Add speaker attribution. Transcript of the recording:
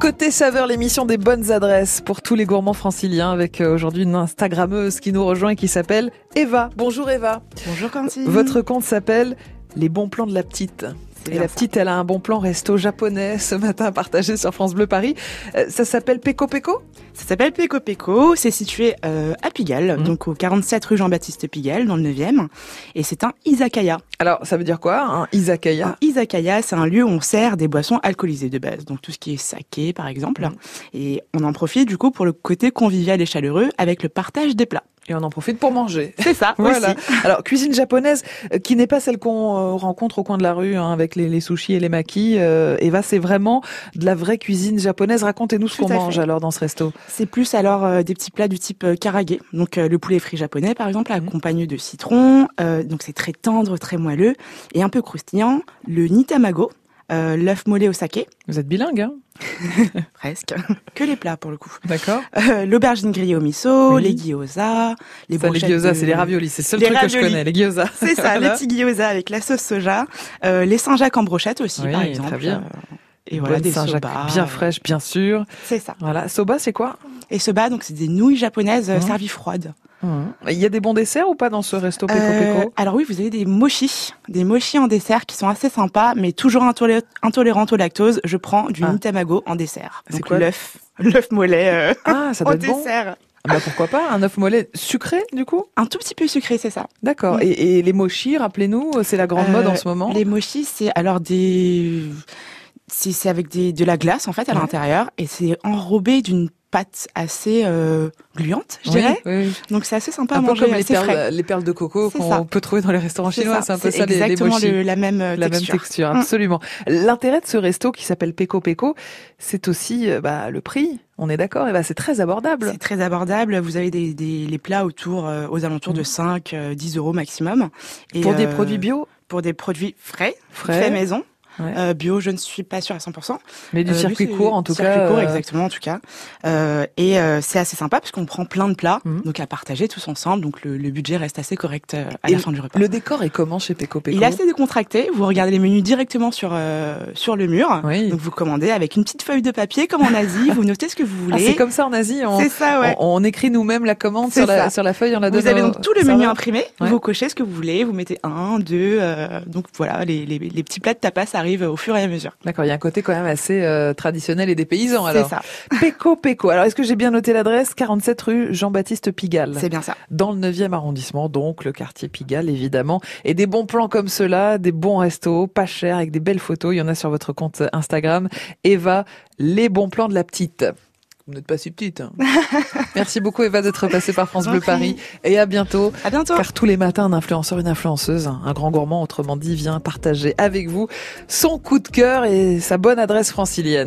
Speaker 1: Côté saveur, l'émission des bonnes adresses pour tous les gourmands franciliens avec euh, aujourd'hui une Instagrammeuse qui nous rejoint et qui s'appelle Eva. Bonjour Eva.
Speaker 2: Bonjour Quentin.
Speaker 1: Votre compte s'appelle Les bons plans de la petite.
Speaker 2: C'est
Speaker 1: Et
Speaker 2: bien
Speaker 1: la
Speaker 2: ça.
Speaker 1: petite, elle a un bon plan resto japonais ce matin partagé sur France Bleu Paris. Euh, ça s'appelle Peko Peko
Speaker 2: Ça s'appelle Peco Peco, c'est situé euh, à Pigalle,
Speaker 1: Mhm.
Speaker 2: donc au 47 rue Jean-Baptiste Pigalle, dans le 9e, et c'est un izakaya.
Speaker 1: Alors, ça veut dire quoi hein Un izakaya
Speaker 2: Un izakaya, c'est un lieu où on sert des boissons alcoolisées de base, donc tout ce qui est saké par exemple,
Speaker 1: Mhm.
Speaker 2: et on en profite du coup pour le côté convivial et chaleureux avec le partage des plats.
Speaker 1: Et on en profite pour manger.
Speaker 2: C'est ça
Speaker 1: Voilà.
Speaker 2: aussi.
Speaker 1: Alors, cuisine japonaise euh, qui n'est pas celle qu'on euh, rencontre au coin de la rue hein, avec les, les sushis et les makis. euh, Eva, c'est vraiment de la vraie cuisine japonaise. Racontez-nous ce
Speaker 2: Tout
Speaker 1: qu'on
Speaker 2: à
Speaker 1: mange
Speaker 2: fait.
Speaker 1: alors dans ce resto.
Speaker 2: C'est plus alors euh, des petits plats du type euh, karage, donc euh, le poulet frit japonais par exemple,
Speaker 1: Mhm.
Speaker 2: accompagné de citron, euh, donc c'est très tendre, très moelleux, et un peu croustillant, le nitamago, euh, l'œuf mollet au saké,
Speaker 1: Vous êtes bilingue, hein
Speaker 2: Presque. Que les plats pour le coup.
Speaker 1: D'accord
Speaker 2: Euh, L'aubergine grillée au miso,
Speaker 1: Oui.
Speaker 2: les gyoza, les
Speaker 1: Ça, les
Speaker 2: brochettes
Speaker 1: gyoza,
Speaker 2: de-
Speaker 1: c'est les raviolis. C'est le seul
Speaker 2: Les
Speaker 1: truc que je
Speaker 2: raviolis.
Speaker 1: connais, les gyoza.
Speaker 2: C'est ça,
Speaker 1: Voilà.
Speaker 2: les petits gyoza avec la sauce soja, euh, les Saint-Jacques en brochette aussi
Speaker 1: Oui,
Speaker 2: par
Speaker 1: très
Speaker 2: exemple.
Speaker 1: bien.
Speaker 2: Euh, Et voilà
Speaker 1: Bonne
Speaker 2: des
Speaker 1: Saint-Jacques,
Speaker 2: soba.
Speaker 1: bien fraîche, bien sûr.
Speaker 2: C'est ça.
Speaker 1: Voilà, soba, c'est quoi
Speaker 2: Et soba, donc c'est des nouilles japonaises euh,
Speaker 1: Mhm.
Speaker 2: servies froides.
Speaker 1: Il y a des bons desserts ou pas dans ce resto Peko
Speaker 2: Hmm. Euh,
Speaker 1: Peko
Speaker 2: alors oui, vous avez des mochis, des mochis en dessert qui sont assez sympas, mais toujours intolé- intolérantes au lactose. Je prends du
Speaker 1: Ah.
Speaker 2: nitamago en dessert.
Speaker 1: C'est
Speaker 2: Donc
Speaker 1: quoi
Speaker 2: l'œuf, l'œuf mollet euh,
Speaker 1: Ah, ça
Speaker 2: en
Speaker 1: doit être bon.
Speaker 2: dessert.
Speaker 1: Ah Bah pourquoi pas un œuf mollet sucré du coup
Speaker 2: Un tout petit peu sucré, c'est ça.
Speaker 1: D'accord.
Speaker 2: Mm.
Speaker 1: Et, et les mochis, rappelez-nous, c'est la grande
Speaker 2: Euh,
Speaker 1: mode en ce moment.
Speaker 2: Les mochis, c'est alors des. C'est c'est avec des, de la glace en fait à
Speaker 1: Ouais.
Speaker 2: l'intérieur et c'est enrobé d'une pâte assez euh, gluante, je
Speaker 1: Oui,
Speaker 2: dirais.
Speaker 1: oui, oui.
Speaker 2: Donc c'est assez sympa à
Speaker 1: Un peu
Speaker 2: manger,
Speaker 1: comme les
Speaker 2: assez frais.
Speaker 1: perles, les perles de coco
Speaker 2: C'est ça.
Speaker 1: qu'on peut trouver dans les restaurants chinois. C'est un peu ça les, les
Speaker 2: exactement
Speaker 1: mochis.
Speaker 2: le- la même euh,
Speaker 1: La
Speaker 2: texture.
Speaker 1: même texture,
Speaker 2: Mm.
Speaker 1: absolument. L'intérêt de ce resto qui s'appelle Peko Peko, c'est aussi euh, bah, le prix. On est d'accord, et bah, c'est très abordable.
Speaker 2: C'est très abordable. Vous avez des, des- les plats autour, euh, aux alentours de 5, euh, 10 euros maximum. Et,
Speaker 1: Mm. Pour des
Speaker 2: euh,
Speaker 1: produits bio,
Speaker 2: Pour des produits frais,
Speaker 1: frais,
Speaker 2: faits maison.
Speaker 1: Ouais.
Speaker 2: Euh, bio, je ne suis pas sûre à 100%.
Speaker 1: mais du
Speaker 2: Euh,
Speaker 1: circuit
Speaker 2: oui, c'est-
Speaker 1: court en tout cas.
Speaker 2: Circuit court,
Speaker 1: euh,
Speaker 2: exactement, en tout cas. Euh, et euh, c'est assez sympa parce qu'on prend plein de plats,
Speaker 1: Mhm.
Speaker 2: donc à partager tous ensemble. Donc le, le budget reste assez correct euh, à
Speaker 1: Et
Speaker 2: la fin du repas.
Speaker 1: Le décor est comment chez Peko Peko
Speaker 2: Il est assez décontracté. Vous regardez les menus directement sur euh, sur le mur.
Speaker 1: Oui.
Speaker 2: Donc vous commandez avec une petite feuille de papier comme en Asie. vous notez ce que vous
Speaker 1: Ah,
Speaker 2: voulez.
Speaker 1: c'est comme ça en Asie, on,
Speaker 2: C'est ça, ouais.
Speaker 1: on, on écrit nous-mêmes la commande
Speaker 2: C'est
Speaker 1: sur la,
Speaker 2: ça.
Speaker 1: sur la feuille, on la donne.
Speaker 2: Vous avez
Speaker 1: au-
Speaker 2: donc tout le
Speaker 1: ça
Speaker 2: menu
Speaker 1: va
Speaker 2: imprimé,
Speaker 1: Ouais.
Speaker 2: vous cochez ce que vous voulez, vous mettez un, deux, euh, donc voilà, les, les, les petits plats de tapas arrivent au fur et à mesure.
Speaker 1: D'accord, il y a un côté quand même assez euh, traditionnel et des paysans
Speaker 2: C'est
Speaker 1: alors.
Speaker 2: ça,
Speaker 1: Peko Peko. Alors est-ce que j'ai bien noté l'adresse 47 rue Jean-Baptiste Pigalle.
Speaker 2: c'est bien ça.
Speaker 1: Dans le 9e arrondissement, donc le quartier Pigalle évidemment. Et des bons plans comme cela, des bons restos, pas chers, avec des belles photos. Il y en a sur votre compte Instagram. Eva, les bons plans de la petite. Vous n'êtes pas si petite. hein. Merci beaucoup Eva d'être passée par France
Speaker 2: Je vous en
Speaker 1: Bleu Paris.
Speaker 2: prie.
Speaker 1: Et à bientôt.
Speaker 2: À bientôt.
Speaker 1: Car tous les matins, un influenceur, une influenceuse, un grand gourmand, autrement dit, vient partager avec vous son coup de cœur et sa bonne adresse francilienne.